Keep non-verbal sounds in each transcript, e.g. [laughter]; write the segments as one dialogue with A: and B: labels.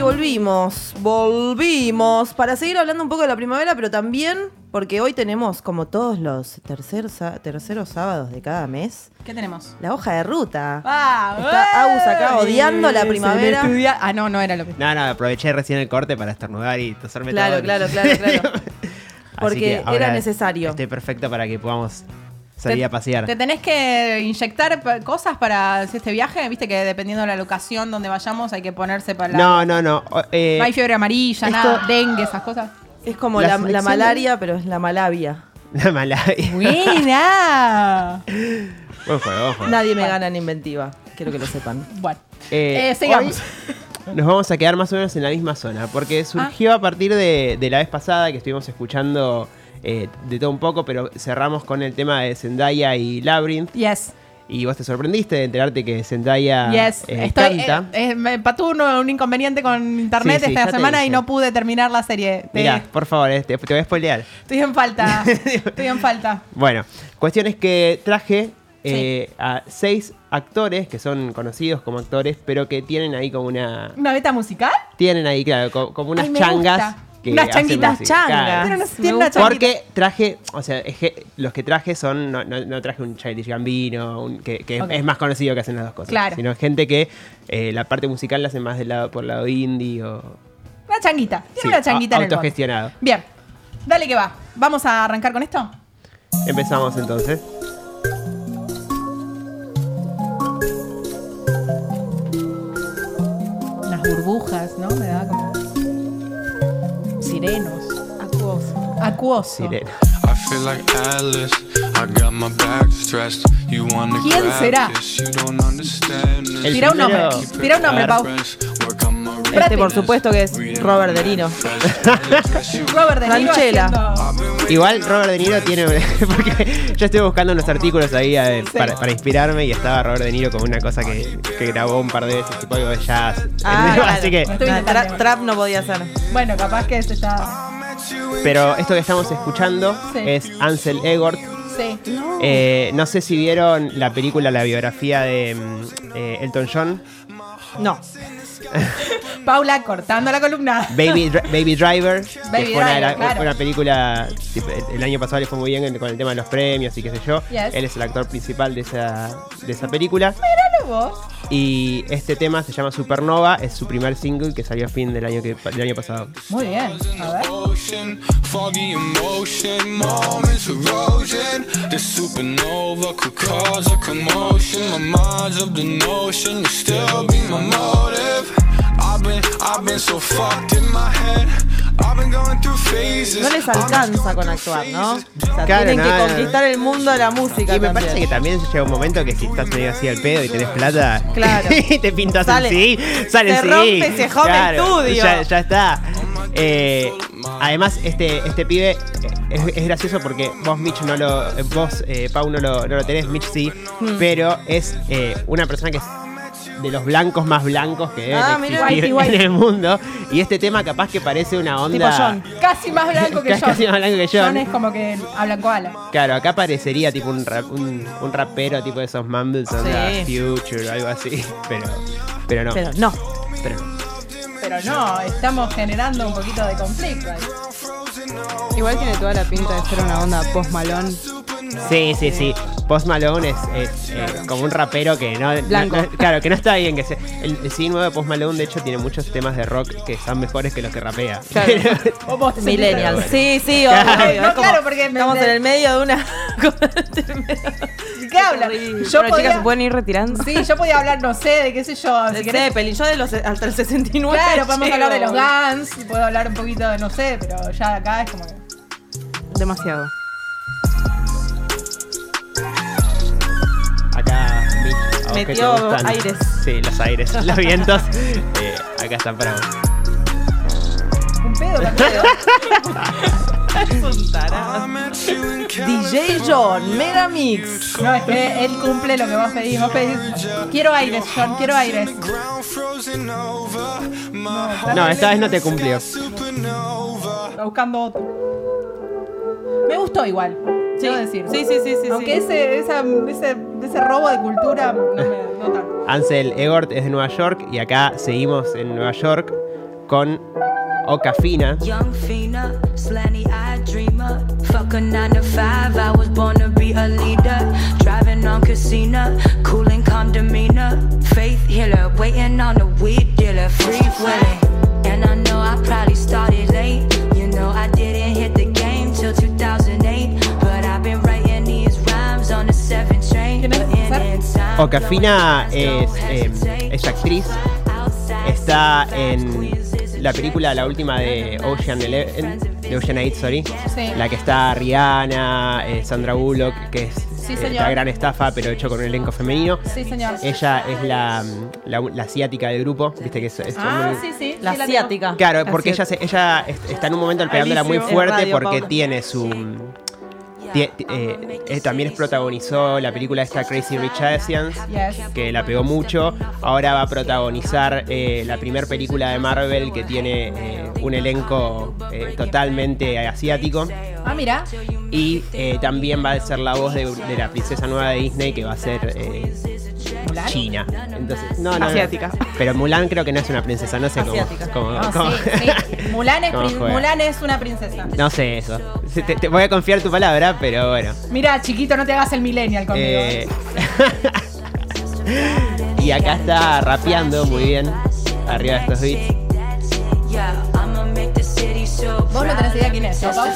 A: volvimos, volvimos para seguir hablando un poco de la primavera, pero también porque hoy tenemos, como todos los tercer sa- terceros sábados de cada mes,
B: ¿Qué tenemos?
A: la hoja de ruta.
B: Ah,
A: Está
B: ¡eh!
A: Agus acá odiando la
B: Es el
A: primavera.
B: estudia- Ah, no, no era lo que.
C: No, no, aproveché recién el corte para estornudar y tosarme
A: Claro,
C: todo. [laughs]
A: claro, claro, claro. [laughs]
C: Así
A: Porque
C: que
A: era
C: ahora
A: necesario.
C: Estoy perfecto para que podamos salir a pasear.
B: Te tenés que inyectar pa- cosas para hacer este viaje. Viste que dependiendo de la locación donde vayamos, hay que ponerse para. la-
C: No, no, no. o- eh,
B: No hay fiebre amarilla,
C: esto-
B: nada, dengue, esas cosas.
A: Es como
C: La
A: la, la
C: selección
A: malaria, pero es la malavia.
C: [laughs] la mala.
B: ¡Buena!
C: [laughs] buen juego, buen juego.
A: Nadie me gana en inventiva, quiero que lo sepan.
B: bueno,
C: Eh,
B: eh, sigamos.
C: hoy [laughs] Nos vamos a quedar más o menos en la misma zona, porque surgió a partir de, de la vez pasada que estuvimos escuchando eh, de todo un poco, pero cerramos con el tema de Zendaya y Labyrinth.
B: Yes.
C: Y vos te sorprendiste de enterarte que Zendaya
B: Yes,
C: eh,
B: estoy.
C: canta.
B: eh, eh, me pató uno- un inconveniente con internet
C: Sí, sí, ya
B: esta
C: te
B: semana y
C: dije.
B: no pude terminar la serie. Te-
C: Mirá, por favor, eh, te, te voy a spoilear.
B: Estoy en falta.
C: [laughs]
B: estoy en falta.
C: Bueno, cuestión es que traje eh, a seis actores que son conocidos como actores, pero que tienen ahí como una.
B: ¿Una beta musical?
C: Tienen ahí, claro, co- como unas
B: Ay, me
C: changas.
B: gusta.
C: que
B: Unas
C: hacen
B: changuitas,
C: música,
A: changas.
C: claro.
B: Tiene una-
A: Me
B: tiene una
A: gusta.
B: changuita.
C: Porque traje, o sea, es que los que traje son, no, no- no traje un Childish Gambino, un- que, que
B: Ok.
C: es más conocido que hacen las dos cosas.
B: Claro.
C: Sino gente que eh, la parte musical la hacen más del lado, por el lado indie o...
B: Una changuita. Tiene
C: sí,
B: una changuita
C: au-
B: en el bote.
C: Autogestionado.
B: Bien. Dale que va. ¿Vamos a arrancar con esto?
C: Empezamos entonces.
B: Unas burbujas, ¿no? Me da como. Sirenos. Acuoso. Acuoso.
C: Sirena.
D: I feel like Alice. I got my back stressed. You wanna
B: ¿Quién
D: grab
B: será?
D: this, you don't understand this.
C: El
B: Tira un nombre.
C: primero-
B: Tira un nombre,
C: A ver.
B: Pau.
D: Work on my
A: Este, por
D: readiness.
A: supuesto, que es Robert De Niro. [laughs]
B: Robert De Niro
A: Franchella.
B: haciendo-
C: Igual Robert De Niro tiene. [laughs] Porque yo estoy buscando unos artículos ahí eh, para, para inspirarme y estaba Robert De Niro como una cosa que, que grabó un par de veces, tipo algo de jazz.
B: Ah,
C: Así que.
A: Ah, claro. Nah, tra- trap no podía ser.
B: Bueno, capaz que este se está.
C: Pero esto que estamos escuchando
B: Sí.
C: es Ansel Egort.
B: Sí.
C: Eh, no sé si vieron la película, la biografía de mm, eh, Elton John,
A: No.
B: Paula cortando la columna.
C: Baby, Dri- Baby Driver,
B: Baby
C: que fue una,
B: Driver,
C: una-
B: claro.
C: una película, tipo, el, el año pasado le fue muy bien con el tema de los premios y qué sé yo.
B: Yes.
C: Él es el actor principal de esa, de esa película.
B: Míralo vos.
C: Y este tema se llama Supernova, es su primer single que salió a fin del año, que, del año pasado.
B: Muy bien. A ver.
D: Ocean, foggy emotion, moments erosion. The supernova could cause a commotion. My mind's of the notion, you still be my motive. I've been, I've been so fucked in my head. I've been going through phases.
A: No les alcanza con actuar, ¿no? O sea,
C: Claro,
A: tienen que
C: nada.
A: conquistar el mundo de la música.
C: Y me parece que
A: también.
C: también llega un momento que si estás medio así al pedo y tenés plata,
A: Claro.
C: [laughs] y te pintas
A: Sale.
C: así, sale
A: Se
C: así.
A: rompe ese home studio.
C: Ya, ya está. Eh, además, este, este pibe eh, es, es gracioso porque vos, Mitch, no lo. eh, Vos, eh, Pau, no lo, no lo tenés, Mitch sí.
A: Hmm.
C: Pero es eh, una persona que es de los blancos más blancos que deben
A: Ah, mirá.
C: existir
A: Whitey, whitey.
C: en el mundo. Y este tema, capaz que parece una onda.
A: John.
B: Casi más blanco que
C: [laughs] Casi
B: yo.
C: más blanco que John.
B: John es como que hablan koala.
C: Claro, acá parecería tipo un, rap- un, un rapero tipo de esos mumbles onda
A: Sí.
C: Future o algo así, pero, pero no.
A: Pero no.
C: pero no.
B: Pero no, estamos generando un poquito de conflicto ahí.
E: Igual tiene toda la pinta de ser una onda post malón.
C: Sí, sí, sí. Post Malone es, es, eh, como un rapero que no,
E: Blanco.
C: no- no- claro, que no está bien que se, el, el CD nuevo de Post Malone de hecho tiene muchos temas de rock que están mejores que los que rapea.
B: O vos te sentís-
A: Millennials.
E: [laughs]
A: Sí, sí,
C: Claro.
A: obvio, obvio.
B: No,
A: Es como-
B: claro, porque me-
A: estamos
B: me-
A: en el medio
F: [laughs]
A: de una.
B: ¿Qué hablan? Yo
E: Bueno, chicas,
B: podía,
E: ¿se pueden ir retirando?
B: sí, yo podía hablar, no sé, de qué sé yo. Si
A: de
B: querés,
A: Zeppelin, yo de los hasta el 69.
B: claro, podemos
A: llego.
B: hablar de los Guns, puedo hablar un poquito de no sé, pero ya acá es como que.
E: Demasiado.
C: [laughs] Acá Mitch, a vos que te
A: Metió
C: gustan.
A: aires.
C: Sí, los aires, los vientos. [laughs] eh, acá están para vos.
B: Un pedo, un pedo.
A: DJ John, Megamix.
B: No, es que él cumple lo que vos pedís. Vos pedís. Quiero aires, John, quiero aires.
C: No, esta vez no te cumplió.
B: Está buscando otro. Me gustó igual.
A: Sí,
B: debo decir.
A: sí, sí, sí, sí,
B: Aunque
A: sí.
B: Ese, esa- ese, ese robo de cultura no me no tanto.
C: Ansel Egort es de Nueva York y acá seguimos en Nueva York con Ocafina.
G: Young Fina, slanty eyed dreamer. Fuck a nine to five, I was born to be a leader. Driving on casino, cool and calm demeanor. Faith healer, waiting on the weed dealer, free willing. And I know I probably started late. You know, I didn't hit the game till 2008. But I've been writing these rhymes on the seven train.
B: ¿Quién es? ¿Sar?
C: Okafina es, eh, es actriz. Está en la película, la última de Ocean Eleven, de Ocean 8, sorry. [gasps]
B: Sí.
C: La que está Rihanna, eh, Sandra Bullock, que es
B: Sí,
C: eh,
B: señor.
C: la gran estafa, pero hecho con un elenco femenino.
B: Sí, señor.
C: Ella es la, mm, la, la asiática del grupo, viste que es, es
B: Ah,
C: muy-
B: sí, sí.
F: La
B: sí, tengo.
F: asiática.
C: Claro, porque ella,
F: Así-
C: se- ella est- está en un momento pegándola muy
F: Alicio.
C: fuerte
F: En radio,
C: porque
F: Paula.
C: tiene su... tie- ti- eh, eh, también es protagonizó la película esta Crazy Rich Asians,
B: Yes.
C: que la pegó mucho. Ahora va a protagonizar eh, la primera película de Marvel que tiene eh, un elenco eh, totalmente asiático.
B: Ah, mira.
C: Y eh, también va a ser la voz de, de la princesa nueva de Disney que va a ser eh, China. Entonces, no, no, no.
E: Asiática.
C: Pero Mulan creo que no es una princesa, no sé cómo.
F: Asiática.
C: cómo-
B: No,
C: cómo-
B: Ah, sí,
C: [laughs]
B: sí. Mulan es,
C: cómo
B: prin-
C: juega.
B: Mulan es una princesa.
C: No sé eso. Sí, Te, te voy a confiar tu palabra, pero bueno.
B: Mira, chiquito, no te hagas el millennial conmigo.
C: Eh, y acá está rapeando muy bien. Arriba de estos beats.
B: Vos no tenés idea quién es, ¿no, Pau?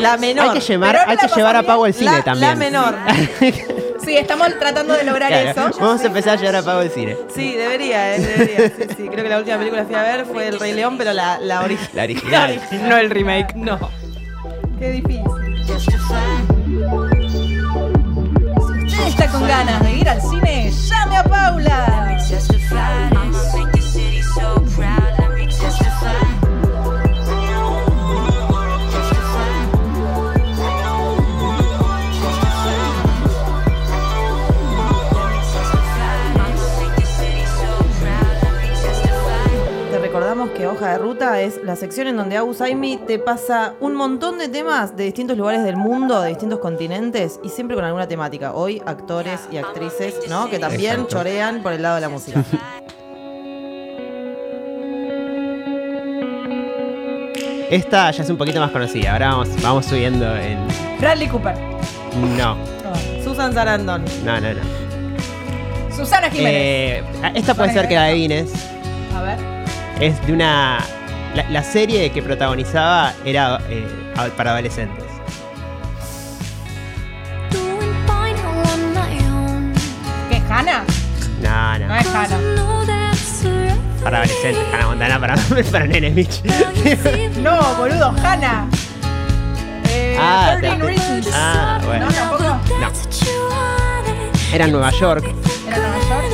F: La menor.
C: Hay que llevar,
B: Pero no
C: hay que
B: la
C: llevar a
B: pasaría.
C: Pau al cine
F: La-
C: también.
F: la
C: [laughs]
F: menor.
B: Sí, estamos tratando de lograr
C: Claro,
B: eso.
C: Vamos a empezar a llevar a Pau al cine.
F: Sí, debería, eh, debería. Sí, sí. Creo que la última película que fui a ver fue El Rey León, pero la, [laughs] la original.
C: La original.
E: No el remake.
F: No.
B: Qué difícil. Si usted está con ganas de ir al cine, llame a Paula.
A: Te recordamos que Hoja de Ruta es la sección en donde Agus Aimi te pasa un montón de temas de distintos lugares del mundo, de distintos continentes y siempre con alguna temática. Hoy actores y actrices, ¿no? Que también
C: Exacto.
A: chorean por el lado de la música. [laughs]
C: Esta ya es un poquito más conocida. Ahora vamos, vamos subiendo en.
B: Bradley Cooper.
C: No,
F: Susan Sarandon.
C: no, no, no.
B: Susana Jiménez.
C: Eh, esta puede ser que la adivines.
B: A ver.
C: Es de una. La, la serie que protagonizaba era eh, a- para adolescentes.
B: ¿Qué es Hannah?
C: No, no.
B: No es Hannah.
C: Para adolescentes, Hannah Montana, para, [laughs] para nenes, bitch.
B: [laughs] No, boludo, Hannah. Eh,
C: Ah,
B: 13
C: te-
B: Reasons.
C: ah, bueno.
B: No, tampoco.
C: No. Era en Nueva York,
B: Era Nueva York.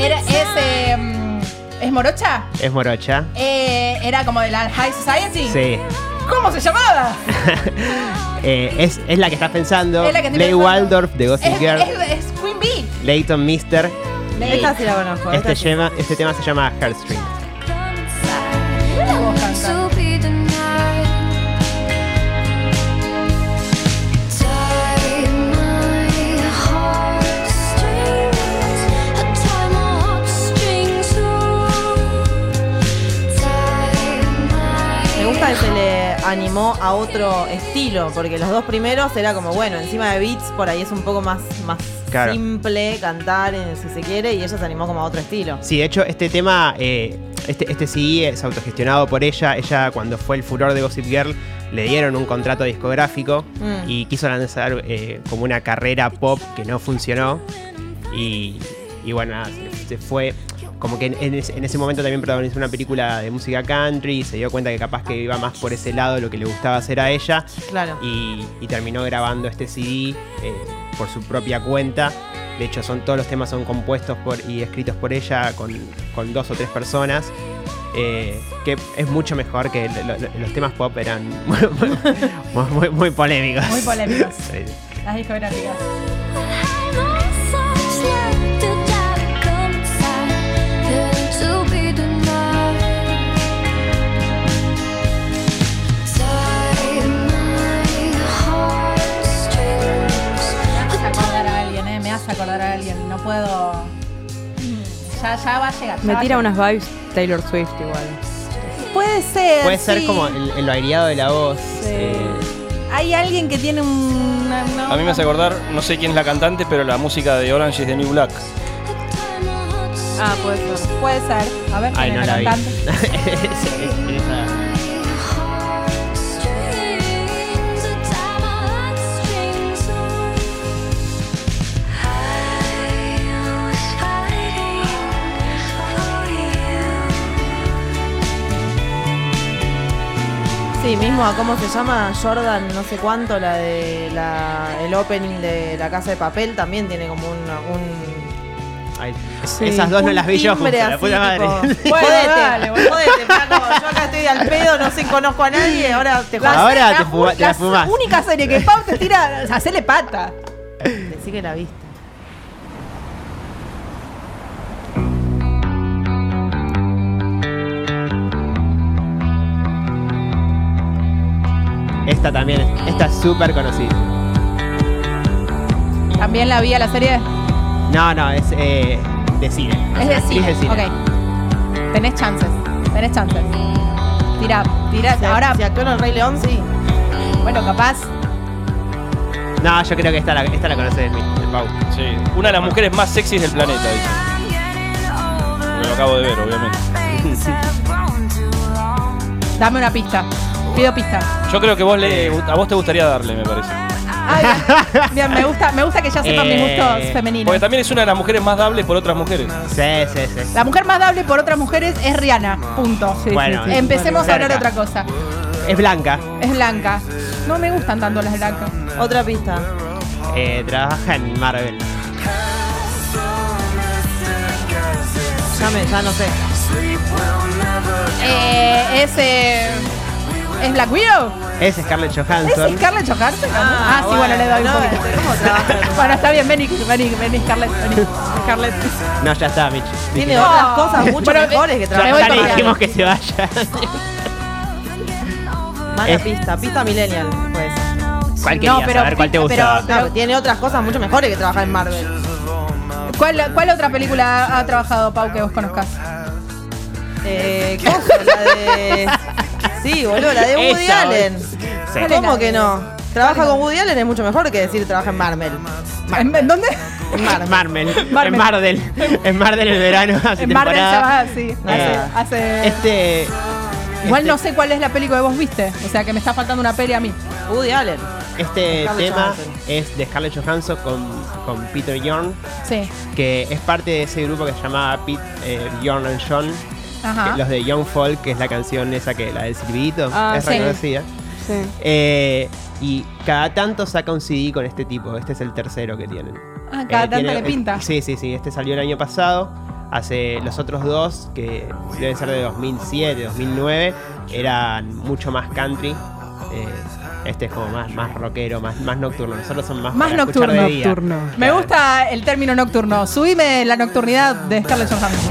B: Era, es, eh, mm, ¿Es morocha?
C: es morocha.
B: Eh, era como de la High Society.
C: Sí.
B: ¿Cómo se llamaba?
C: Eh, es, es la que estás pensando.
B: Es la que estoy
C: Leigh
B: pensando.
C: Waldorf de Gossip
B: Es,
C: Girl.
B: es- es Queen Bee.
C: Leighton Mister.
F: Esta sí la conozco. esta
C: Este,
F: sí.
C: tema- este tema se llama Heartstring.
A: Me gusta que se le animó a otro estilo, porque los dos primeros era como, bueno, encima de beats, por ahí es un poco más, más
C: Claro.
A: simple cantar, eh, si se quiere, y ella se animó como a otro estilo.
C: Sí, de hecho, este tema, eh, este, este sí es autogestionado por ella. Ella, cuando fue el furor de Gossip Girl, le dieron un contrato discográfico
A: Mm.
C: y quiso lanzar eh, como una carrera pop que no funcionó. Y, y bueno, nada, se, se fue. Como que en, en ese- en ese momento también protagonizó una película de música country y se dio cuenta que capaz que iba más por ese lado lo que le gustaba hacer a ella.
A: Claro.
C: Y, y terminó grabando este CD eh, por su propia cuenta. De hecho, son, todos los temas son compuestos por, y escritos por ella con, con dos o tres personas. eh, que es mucho mejor que lo- lo- los temas pop eran [laughs] muy, muy- muy- muy polémicos.
B: Muy polémicos.
C: Sí.
B: Las discográficas. Me hace acordar a alguien, eh. Me hace acordar a alguien. No puedo. Ya, ya va a llegar. ya va
E: Me
B: a
E: tira
B: llegar.
E: unas vibes Taylor Swift igual.
B: Puede ser.
C: Puede ser
B: sí.
C: como el, el aireado de la voz.
B: Eh, Hay alguien que tiene un. una- una-
H: A mí me hace acordar, no sé quién es la cantante, pero la música de Orange is the New Black.
E: Ah, puede ser.
B: Puede ser. A ver,
C: Ay,
B: ¿quién
C: no
B: es
C: la vi.
B: cantante?
C: [laughs] Es- es- esa.
A: Sí, mismo a cómo se llama Jordan, no sé cuánto, la de la, el opening de La Casa de Papel también tiene como un, un
C: Ay, es-
A: Sí.
C: Esas dos no
A: Un
C: las vi yo
A: timbre
C: juntas, la
A: así,
C: puta
A: [laughs]
C: madre.
A: tipo-
B: Bueno,
A: Jodete.
B: dale, boludo.
A: Jodete, flaco, yo acá estoy al pedo, no sé, conozco a nadie, ahora te
C: La-
A: jodas.
C: Ahora
B: La-
C: te fuga- te la fumás.
B: única serie que Pau te tira, hacele pata.
A: Decí que la viste.
C: [laughs] Esta también, es- esta es súper conocida.
B: También la vi a la serie.
C: No, no, es eh, de cine.
B: Es de
C: Sí,
B: cine. Ok. Tenés chances. Tenés chances. Tira, tira.
A: Si-
B: Ahora,
A: si actuó en el Rey León, sí.
B: bueno, capaz.
C: No, yo creo que esta la, esta la conoces de mí, de Pau.
H: Sí. Una de las mujeres más sexys del planeta, dice. Porque lo acabo de ver, obviamente.
B: Dame una pista. Pido pista.
H: Yo creo que vos le, a vos te gustaría darle, me parece.
B: Ay,
C: [laughs]
B: bien. Bien, me gusta, me gusta que ya sepan mis gustos
C: Eh,
H: Porque
B: femeninos.
H: también es una de las mujeres más dables por otras mujeres.
C: Sí, sí, sí.
B: La mujer más dable por otras mujeres es Rihanna. Punto.
C: Bueno, sí, sí.
B: Empecemos a hablar de
C: Cerca.
B: otra cosa.
C: Es blanca.
B: Es blanca. No me gustan tanto las blancas.
A: Otra pista.
C: Eh, trabaja en Marvel.
A: Ya, me- ya no sé.
B: Eh, es. eh, ¿Es Black Widow?
C: Es Scarlett
B: ¿Es
C: Johansson.
B: Scarlett Johansson? Ah,
A: Ah,
B: sí, bueno, le doy un
A: bueno, no,
B: poquito.
A: ¿cómo trabaja?
B: bueno, está bien, vení, vení, vení, Scarlett. Vení. Scarlett.
C: No, ya está, Michi.
A: [laughs] Tiene
C: Dije,
B: otra-
A: otras cosas mucho
B: Bueno,
A: mejores que
B: me
C: ya
A: trabajar.
B: voy
C: ya
B: con
C: le
B: Rihanna.
C: dijimos que se vaya. [laughs]
A: Mala
C: Eh.
A: pista, pista millennial, pues.
C: ¿Cuál
B: No,
C: querías?
B: pero-
C: a ver, ¿cuál te
B: pero-
C: gustaba?
A: No, pero tiene otras cosas mucho mejores que trabajar en Marvel.
B: ¿Cuál, ¿Cuál otra película ha- ha trabajado Pau que vos conozcas?
A: Eh, cosa, la de. Sí, boludo, la de Woody
C: Esa,
A: Allen.
C: Sí.
A: ¿Cómo que no? Trabaja con Woody Allen es mucho mejor que decir trabaja en Marvel.
B: ¿En, en dónde?
C: Mar Marmel.
B: Marmel.
C: En Mardel. En Mardel el verano. hace
B: En Marvel se va
C: temporada.
B: así.
C: Eh,
B: Hace, hace-
C: Este.
B: Igual no sé cuál es la película que vos viste. O sea, que me está faltando una peli a mí.
A: Woody Allen.
C: Este
A: Scarlett
C: tema
A: Johansson.
C: es de Scarlett Johansson con, con Peter Yorn,
B: Sí.
C: que es parte de ese grupo que se llamaba Pete eh, Yorn and John,
B: Ajá.
C: que- los de Young Folk, que es la canción esa que la del silbito,
E: Ah,
C: es
B: sí.
C: reconocida.
E: Sí.
C: Eh, y cada tanto saca un CD con este tipo, este es el tercero que tienen.
B: Ah, cada
C: Eh,
B: tanto
C: tiene-
B: le pinta.
C: Sí, sí, sí, este salió el año pasado, hace los otros dos, que deben ser de 2007, 2009, eran mucho más country. eh, este es como más, más rockero, más, más nocturno. Nosotros son más,
B: Más
C: para escuchar
B: nocturno,
C: de día.
E: nocturno.
B: Me gusta el término nocturno. Subime la nocturnidad de Scarlett Johansson.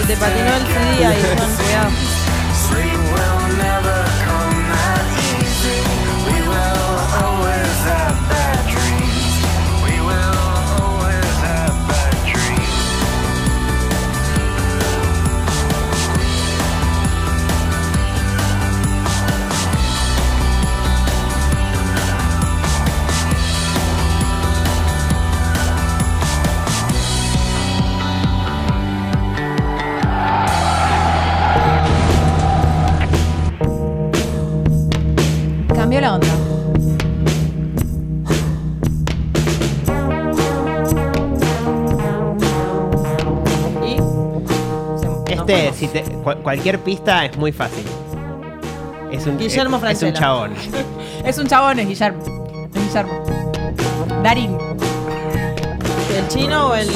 A: Se te patinó el
F: [laughs]
A: CD ahí, John, cuidado.
B: Cambió la onda.
A: Y. se- nos
C: Este,
A: fuimos.
C: si te- cual- cualquier pista es muy fácil. Es un,
A: Guillermo
C: es- es un
A: Francella.
C: chabón.
B: Es un chabón, es Guillermo. Es Guillermo. Darín.
A: ¿El chino o el.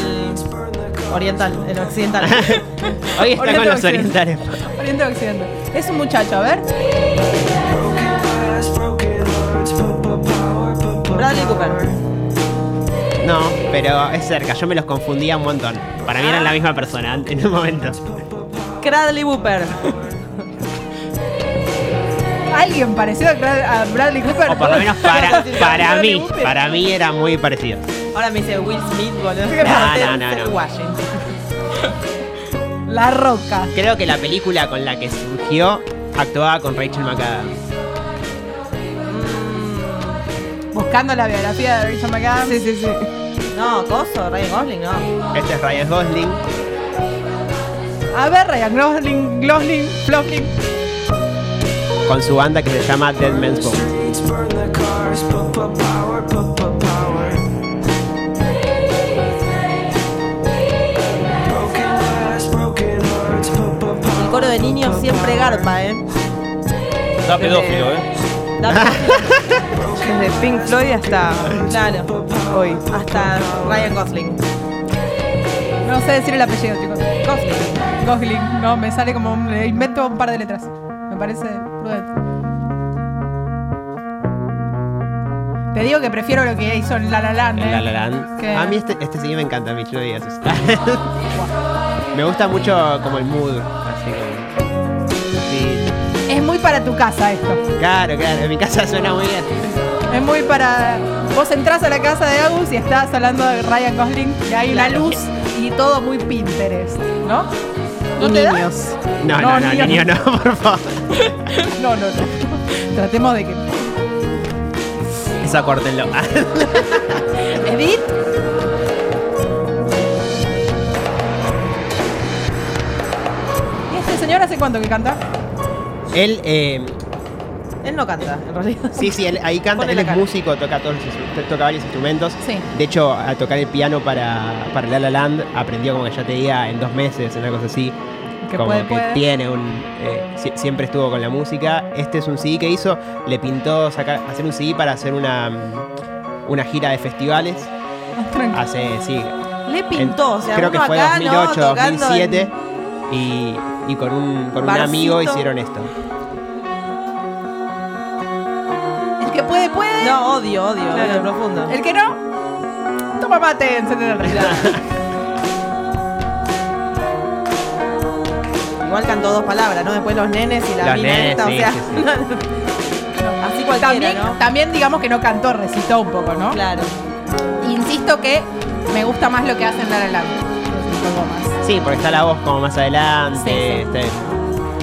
A: oriental? El occidental.
C: [laughs] Hoy está con
B: Oriente
C: los
B: Occidental.
C: orientales.
B: Oriente Occidente. Es un muchacho, a ver.
A: Bradley Cooper.
C: No, pero es cerca. Yo me los confundía
A: Ah.
C: un montón. Para mí eran la misma persona en un momento.
A: Bradley Cooper.
B: alguien parecido a Brad- a Bradley Cooper.
C: O por lo menos
A: [laughs]
C: para,
B: [laughs]
C: para
F: Bradley
C: mí,
F: Cooper.
C: para mí era muy parecido.
F: Ahora me dice Will Smith, boludo.
C: No, no, no, no.
F: Washington.
B: La Roca.
C: Creo que la película con la que surgió actuaba con Rachel McAdams.
B: Buscando la biografía de Richard McAdams. Sí, sí, sí.
A: No, Coso, Ryan Gosling, no.
C: Este es Ryan Gosling.
B: A ver, Ryan Gosling, Gosling, Flocking.
C: con su banda que se llama Dead Man's Bone.
A: El coro de niños siempre garpa, ¿eh?
H: Está pedófilo, ¿eh?
F: [laughs] Desde Pink Floyd hasta. Claro. Hoy. Hasta Ryan Gosling.
B: No sé decir el apellido, chicos. Gosling. Gosling. No, me sale como un, le invento un par de letras. Me parece prudente. Te digo que prefiero lo que hizo en La La Land.
C: En
B: ¿eh?
C: La La Land.
B: Que-
C: A mí este, este sí me encanta, Michelle Díaz. [laughs] me gusta mucho como el mood. Así como. Sí.
B: Es muy para tu casa esto.
C: Claro, claro. En mi casa suena muy bien.
B: Es muy para. Vos entrás a la casa de Agus y estás hablando de Ryan Gosling, que hay una luz y todo muy Pinterest, ¿no? ¿No
E: Y
B: te da?
E: niños.
C: No,
B: No,
C: no, no,
B: niño,
C: niño, no, por favor.
B: [laughs] No, no, no. Tratemos de que.
C: Eso córtenlo.
B: Edith. ¿Y este señor hace cuánto que canta?
C: [laughs] él, eh,
A: Él no canta, en realidad.
C: sí, sí, él, ahí canta.
A: Ponle
C: Él
A: la
C: es
A: cara.
C: músico, toca, todos los instru- toca varios instrumentos.
B: Sí.
C: De hecho, a tocar el piano para, para La La Land aprendió, como que ya te diga, en dos meses, una cosa así.
B: Que
C: como
B: puede,
C: que
B: puede. [laughs]
C: tiene un eh, si- siempre estuvo con la música este es un CD que hizo le pintó sacar hacer un CD para hacer una mm, una gira de festivales
B: Ah, tranqui.
C: hace sí
A: Le
C: en-
A: pintó, o sea,
C: creo que
A: uno
C: fue
A: acá,
C: 2008
A: ¿no? Tocando
C: 2007
A: en-
C: y, y con un con un
A: Barcito.
C: amigo hicieron esto
B: El que puede, puede.
A: No, odio, odio, odio profundo.
B: El que no. Toma mate, encender el reloj.
A: Igual cantó dos palabras, ¿no? Después los nenes y la
C: Los
A: mina
C: nenes,
A: esta, o
C: sí,
A: sea.
C: sí,
A: [laughs] Así
B: También,
A: cualquiera, ¿no?
B: también digamos que no cantó, recitó un poco, ¿no?
A: Claro.
B: Insisto que me gusta más lo que hacen La La Land. Es un poco más.
C: sí porque está la voz como más adelante
B: Sí,
C: Está,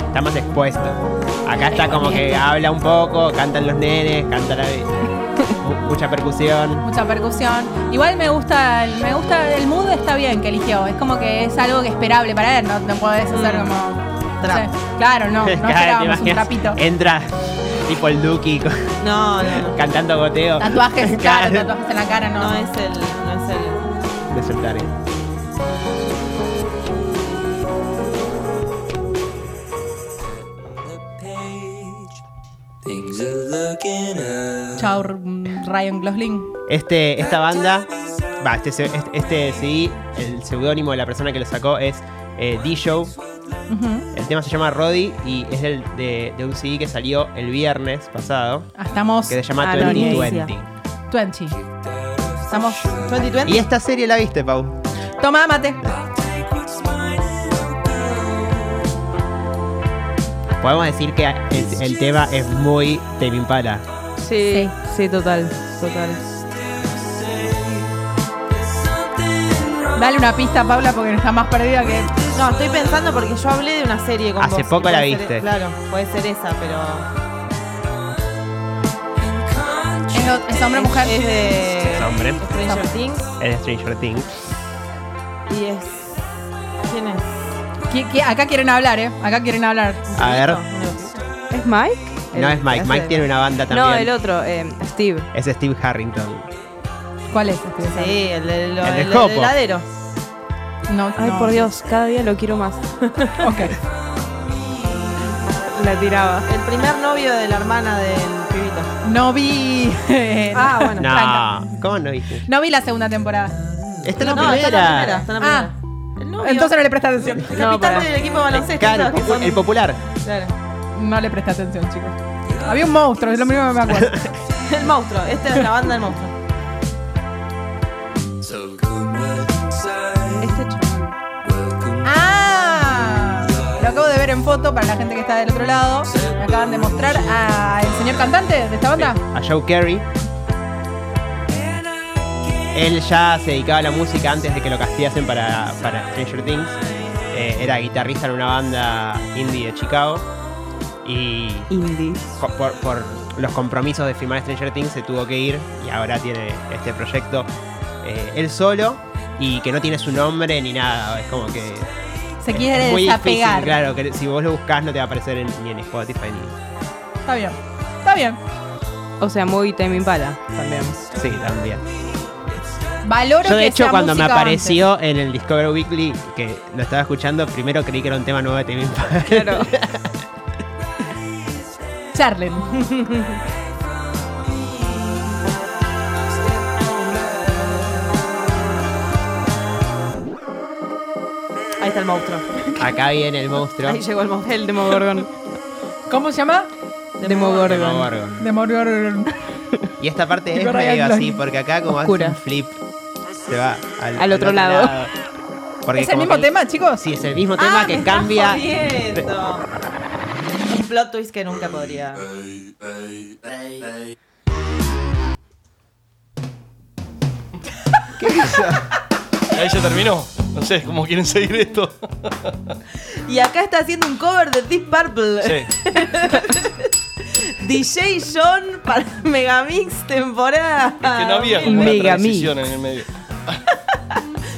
C: está más expuesto acá está como que habla un poco cantan los nenes canta la [laughs] mu- mucha percusión
B: Mucha percusión. Igual me gusta, el- me gusta el mood está bien que eligió. Es como que es algo que esperable para él, no, no podés hacer como. no
A: Mm. Trap.
B: sé. Claro,
C: [laughs]
A: [laughs]
B: no, no
C: Claro, ¿te
B: esperábamos un
C: imaginas?
B: trapito.
C: Entra tipo el Duki [laughs] con-
A: No, no, no.
C: cantando goteo.
A: [laughs]
B: Tatuajes,
C: [laughs]
B: claro, tatuajes en la cara, no.
A: No es el. No es el.
C: De soltar, eh.
B: Chao, mm, Ryan Gosling.
C: Este, esta banda, va, este, se- este, este CD, el seudónimo de la persona que lo sacó es eh, D-Show.
B: Ujú.
C: El tema se llama Roddy y es del, de, de un CD que salió el viernes pasado,
B: Ah, Estamos.
C: que se llama
B: a la
C: 2020.
B: Twenty. Estamos.
A: 2020.
C: Y esta serie la viste, Pau.
B: Toma mate.
C: Podemos decir que el, el tema es muy Tame Impala.
F: Sí, sí. total. Total.
B: Dale una pista, Paula, porque está más perdida que.
A: No, estoy pensando porque yo hablé de una serie con
C: Hace
A: vos.
C: poco la
A: Puede ser- e-,
C: viste.
A: claro, puede ser esa, pero.
B: Es, lo- es hombre o mujer.
A: Es
C: Es
A: de.
C: hombre.
A: Stranger Things
C: Es de Stranger Things.
A: y es. ¿Quién es?
B: ¿Qui- qui- Acá quieren hablar, ¿eh? Acá quieren hablar.
C: A ver,
F: ¿Es Mike?
C: no es Mike. Mike tiene una banda también.
F: No, el otro, eh, Steve.
C: Es Steve Harrington.
B: ¿Cuál es? este?
A: Sí, el del
C: El del
A: el del
C: Jopo.
A: heladero.
B: No,
F: Ay,
B: no.
F: por Dios, cada día lo quiero más.
B: [laughs] Ok.
F: La tiraba.
A: El primer novio de la hermana del pibito.
B: No vi. eh,
F: Ah, bueno.
C: No, ¿cómo no viste?
B: No vi la segunda temporada.
C: Esta es la
A: No, está en la primera.
C: primera.
A: Está en la primera.
B: Ah,
A: El novio.
B: entonces no le presté atención.
A: el
F: No,
A: capitán
F: pará.
A: del equipo de baloncesto.
C: Claro, el
A: ¿sabes?
C: popu- el popular.
A: Claro.
B: No le presté atención, chicos. Había un monstruo, es lo mismo que
F: [laughs]
B: me acuerdo.
A: El monstruo. Esta es la banda del monstruo.
B: ah, lo acabo de ver en en foto para la gente que está del otro lado. Me acaban de mostrar al señor cantante de esta banda.
C: a Joe Carey. Él ya se dedicaba a la música antes de que lo castigasen para, para Stranger Things. Eh, era guitarrista en una banda indie de Chicago. Y
A: Indie.
C: co- por, por los compromisos de filmar Stranger Things se tuvo que ir y ahora tiene este proyecto eh, él solo y que no tiene su nombre ni nada. Es como que.
B: Se
C: es
B: quiere
C: muy
B: desapegar.
C: Difícil, claro, que si vos lo buscas no te va a aparecer en- ni en Spotify ni.
B: Está bien. Está bien.
I: O sea, muy Time Impala también.
C: Sí, también.
B: Valoro
C: Yo
B: que
C: de hecho
B: sea
C: cuando me
B: música
C: apareció en el Discover Weekly, que lo estaba escuchando, primero creí que era un tema nuevo de Timmy Impala.
B: antes. Charlen.
A: Ahí está el monstruo.
C: Acá viene el monstruo.
I: Ahí llegó el monstruo, el Demogorgon.
B: ¿Cómo se llama?
I: Demogorgon.
C: Demogorgon.
B: Demogorgon.
C: Y esta parte es
B: Tipo Ryan
C: medio así,
B: Lochte.
C: porque acá como
I: Oscura.
C: hace un flip, se va al,
I: Al otro lado.
C: Porque
B: ¿Es el
C: como
B: mismo
C: que-
B: tema, chicos?
C: Sí, es el mismo tema que cambia.
A: Jodiendo. [laughs] Un plot twist que nunca podría.
H: Ahí ya terminó. No sé cómo quieren seguir esto.
A: Y acá está haciendo un cover de Deep Purple. [laughs]
H: [laughs] Sí.
A: DJ John para [laughs] Megamix temporada.
H: Es que no había como una
I: Mega
H: transición en el medio.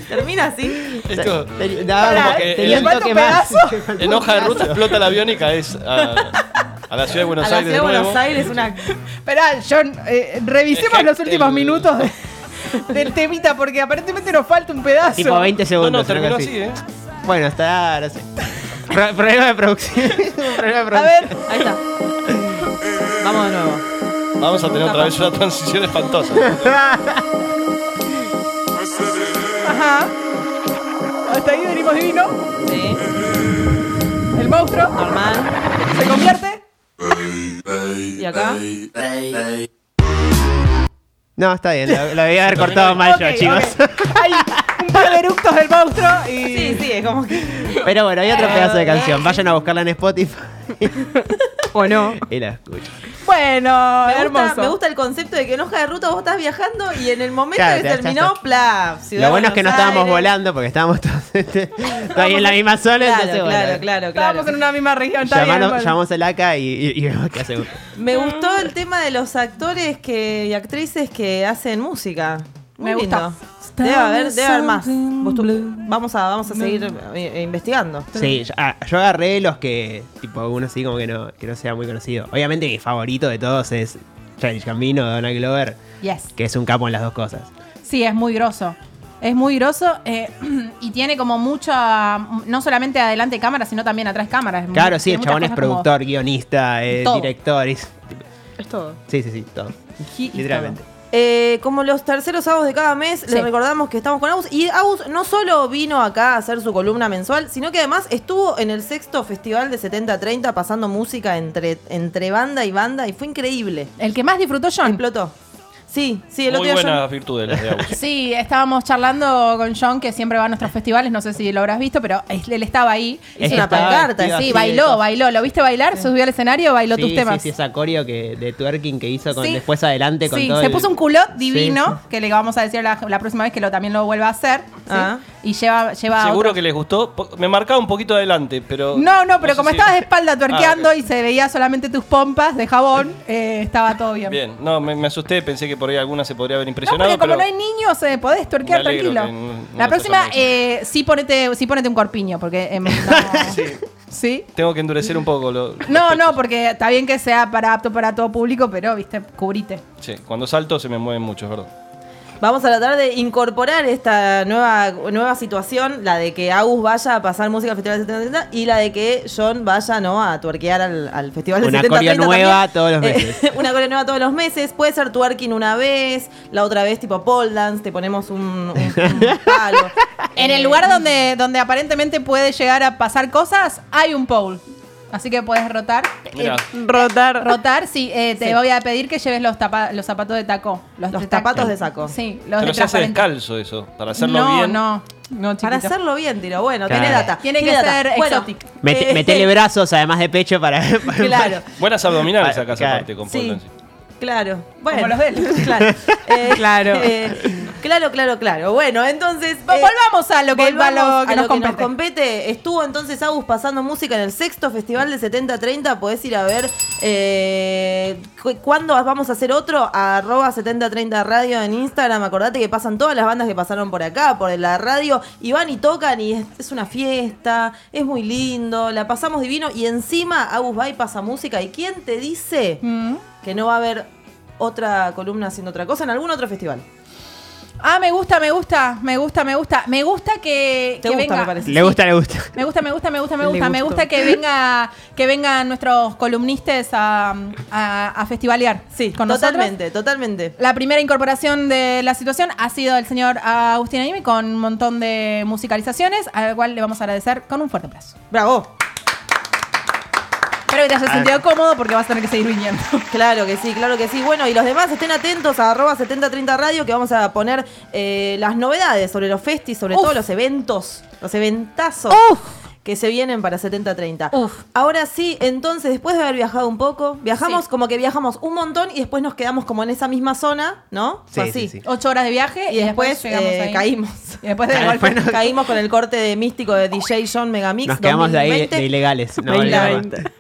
A: Termina así. [laughs]
H: Esto,
C: Ten-
H: Pará,
C: Daba
H: ¿eh?
C: tenía
H: ¿Le
C: un
B: falta un
C: toque más.
H: en hoja de ruta explota el avión y caes a, a la ciudad de Buenos
A: A la ciudad de
H: Aires. de nuevo.
A: Buenos Aires una.
B: [laughs] Esperá, John, eh, revisemos
H: Exacto.
B: los últimos minutos de- del temita, porque aparentemente nos falta un pedazo.
C: [laughs] Tipo 20
H: No,
C: segundos.
H: no,
C: algo
H: terminó así, ¿eh?
C: Bueno, está, no sé. Pro- problema de producción. problema de
B: A
C: producción.
B: ver,
A: Ahí está. Vamos de nuevo.
H: Vamos a tener otra vez una transición espantosa.
B: ajá. Hasta ahí venimos divino.
A: Sí.
B: El monstruo
A: Normal.
B: se convierte.
A: Y acá.
C: No, está bien, lo, lo debía haber cortado mal yo,
B: Ok,
C: chicos.
B: ok. Hay un par de eructos del monstruo y.
A: Sí, sí, es como que.
C: [laughs] Pero bueno, hay otro pedazo de canción. Vayan a buscarla en Spotify
I: ¿O no?
C: [laughs] y la escuchan.
B: Bueno,
A: Me gusta,
B: hermoso.
A: me gusta el concepto de que en hoja de ruta vos estás viajando y en el momento
C: Claro,
A: que
C: ya- ya
A: terminó,
C: está.
A: pla. Ciudad
C: Lo bueno es
A: de
C: que no
A: Buenos
C: estábamos
A: Aires.
C: volando porque estábamos todos [laughs] este, todavía en la misma zona.
A: Claro,
C: entonces, bueno,
A: claro, claro, claro.
B: Estábamos en una misma región. está bien,
C: llamaron-
B: bueno.
C: llamamos al ACA y, y- y vemos qué hacemos.
B: Ah.
A: Me gustó el tema de los actores que, y actrices que hacen música. Muy
B: Me gusta.
A: lindo. Debe haber, debe haber más. Vos tu- Vamos a, vamos a seguir eh, investigando.
C: Sí, yo, ah, yo agarré los que, tipo, uno así como que no, que no sea muy conocido. Obviamente mi favorito de todos es Childish Gambino, Donald Glover,
B: Yes.
C: que es un capo en las dos cosas.
B: Sí, es muy grosso. Es muy grosso eh, [clears throat] y tiene como mucha. No solamente adelante cámara, sino también atrás cámara.
C: Claro, sí, el chabón es productor, guionista, es
B: Todo.
C: director. es-
I: Es todo.
C: sí, sí, sí, todo. Literalmente.
A: Eh, como los terceros sábados de cada mes,
B: Sí.
A: les recordamos que estamos con Agus. Y Agus no solo vino acá a hacer su columna mensual, sino que además estuvo en el sexto festival de 70-30 pasando música entre, entre banda y banda y fue increíble.
B: El que más disfrutó John.
A: Explotó. Sí, sí, el
H: Muy
A: otro día yo-
H: buenas virtudes las de Agus.
B: Sí, estábamos charlando con John, que siempre va a nuestros festivales, no sé si lo habrás visto, pero es- él estaba ahí.
C: Es
B: Sí,
A: una
B: estaba-
A: pancarta,
C: activa,
B: Sí,
C: así,
B: bailó,
C: de-
B: bailó. ¿Lo viste bailar? Se subió al escenario, bailó tus
C: sí,
B: temas.
C: Sí, sí, esa coreo que, de twerking que hizo con
B: Sí.
C: después adelante con
B: Sí,
C: todo
B: se
C: el-
B: puso un culot
C: Sí.
B: divino, que le vamos a decir la, la próxima vez que lo, también lo vuelva a hacer. ¿sí?
A: Ah.
B: Y lleva, lleva
H: Seguro
B: otro-
H: que les gustó. Po- Me marcaba un poquito adelante, pero.
B: No, no, pero
H: sé
B: como
H: si-
B: estabas de espalda tuerqueando
H: Ah, ok.
B: y se veía solamente tus pompas de jabón, eh, estaba todo bien.
H: Bien, no, me, me asusté, pensé que por ahí alguna se podría haber
B: No,
H: impresionado.
B: porque como
H: pero
B: no hay niños, eh, podés tuerquear
H: Me alegro
B: tranquilo.
H: que no- no
B: la
H: lo
B: próxima,
H: hayamos hecho.
B: eh, sí, ponete, sí ponete un corpiño, porque...
H: [laughs]
B: em, no-
H: Sí.
B: ¿Sí?
H: Tengo que endurecer un poco. Lo,
B: No, no, porque está bien que sea para apto para todo público, pero, viste, cubrite.
H: Sí, cuando salto se me mueven mucho, es verdad.
A: Vamos a tratar de incorporar esta nueva, nueva situación, la de que Agus vaya a pasar música al Festival de 70 y la de que John vaya ¿no? a tuerquear al, al Festival de
C: Una
A: 70
C: coreo
A: [laughs]
C: nueva
A: también.
C: todos los
A: Eh,
C: meses.
A: una coreo nueva todos los meses. Puede ser twerking una vez, la otra vez tipo pole dance, te ponemos un, un-
C: [laughs]
A: un palo. Eh,
B: En el lugar donde, donde aparentemente puede llegar a pasar cosas, hay un pole. Así que puedes rotar.
H: Mirá.
E: Rotar.
B: Eh, Rotar, sí. eh, te
A: Sí.
B: voy a pedir que lleves los, tapa- los zapatos de taco. Los,
A: Los
B: de taco.
A: zapatos de saco.
B: Sí, los
H: Pero
B: de
H: se hace
B: transparente.
H: descalzo eso, para hacerlo
B: no,
H: bien.
B: No, no,
A: Para
B: chiquito.
A: hacerlo bien, tiro. Bueno,
C: Claro.
A: tiene data.
B: Tiene que
A: data.
B: ser
A: Bueno,
B: exótico.
C: Mete-
A: eh,
B: [laughs]
C: metele [laughs] brazos además de pecho para.
A: [laughs] Claro.
H: Buenas abdominales acá
C: Claro.
H: aparte con
A: Sí,
H: Portland.
A: claro. Bueno,
B: los de él.
A: [laughs] Claro.
B: [laughs]
A: Eh,
E: Claro.
A: eh, claro, claro, claro. Bueno, entonces.
B: Vol-
A: eh,
B: Pues volvamos a lo que,
A: volvamos
B: a
A: a
B: lo que nos compete.
A: compete. Estuvo entonces Agus pasando música en el sexto festival de 7030. Podés ir a ver eh, cu- cuándo vamos a hacer otro. Arroba 7030 radio en Instagram. Acordate que pasan todas las bandas que pasaron por acá, por la radio. Y van y tocan y es, es una fiesta. Es muy lindo. La pasamos divino. Y encima Agus va y pasa música. ¿Y quién te dice
B: Mm.
A: que no va a haber otra columna haciendo otra cosa en algún otro festival?
B: Ah, me gusta, me gusta, me gusta, me gusta. Me gusta que,
A: Te
B: que
A: gusta,
B: venga.
A: me parece.
C: Le gusta, le gusta.
B: Me gusta, me gusta, me gusta, me
E: Le
B: gusta. Me
E: gustó.
B: gusta que venga, que vengan nuestros columnistas a, a, a festivalear.
A: Sí,
B: con nosotros.
A: totalmente, totalmente.
B: La primera incorporación de la situación ha sido el señor Agustín Anime con un montón de musicalizaciones, al cual le vamos a agradecer con un fuerte aplauso.
A: Bravo.
B: Espero que te hayas sentido cómodo porque vas a tener que seguir viniendo.
A: Claro que sí, claro que sí. Bueno, y los demás estén atentos a arroba 7030 radio que vamos a poner eh, las novedades sobre los festis, sobre
B: Uf.
A: todos los eventos, los eventazos
B: Uf.
A: que se vienen para 7030.
B: Uf.
A: Ahora sí, entonces, después de haber viajado un poco, viajamos
B: Sí.
A: como que viajamos un montón y después nos quedamos como en esa misma zona, ¿no? Fue
C: Sí, sí,
A: así.
C: sí.
B: Ocho horas de viaje y,
A: Y después,
B: llegamos
A: eh,
B: ahí.
C: [laughs]
A: caímos.
B: Y después de
C: Ah,
B: golpe.
C: después
A: Caímos con el corte de místico de DJ John Megamix.
C: Nos quedamos de ahí de,
A: 2020.
C: de ilegales. No,
E: 20,
C: vale la pena.
E: 20.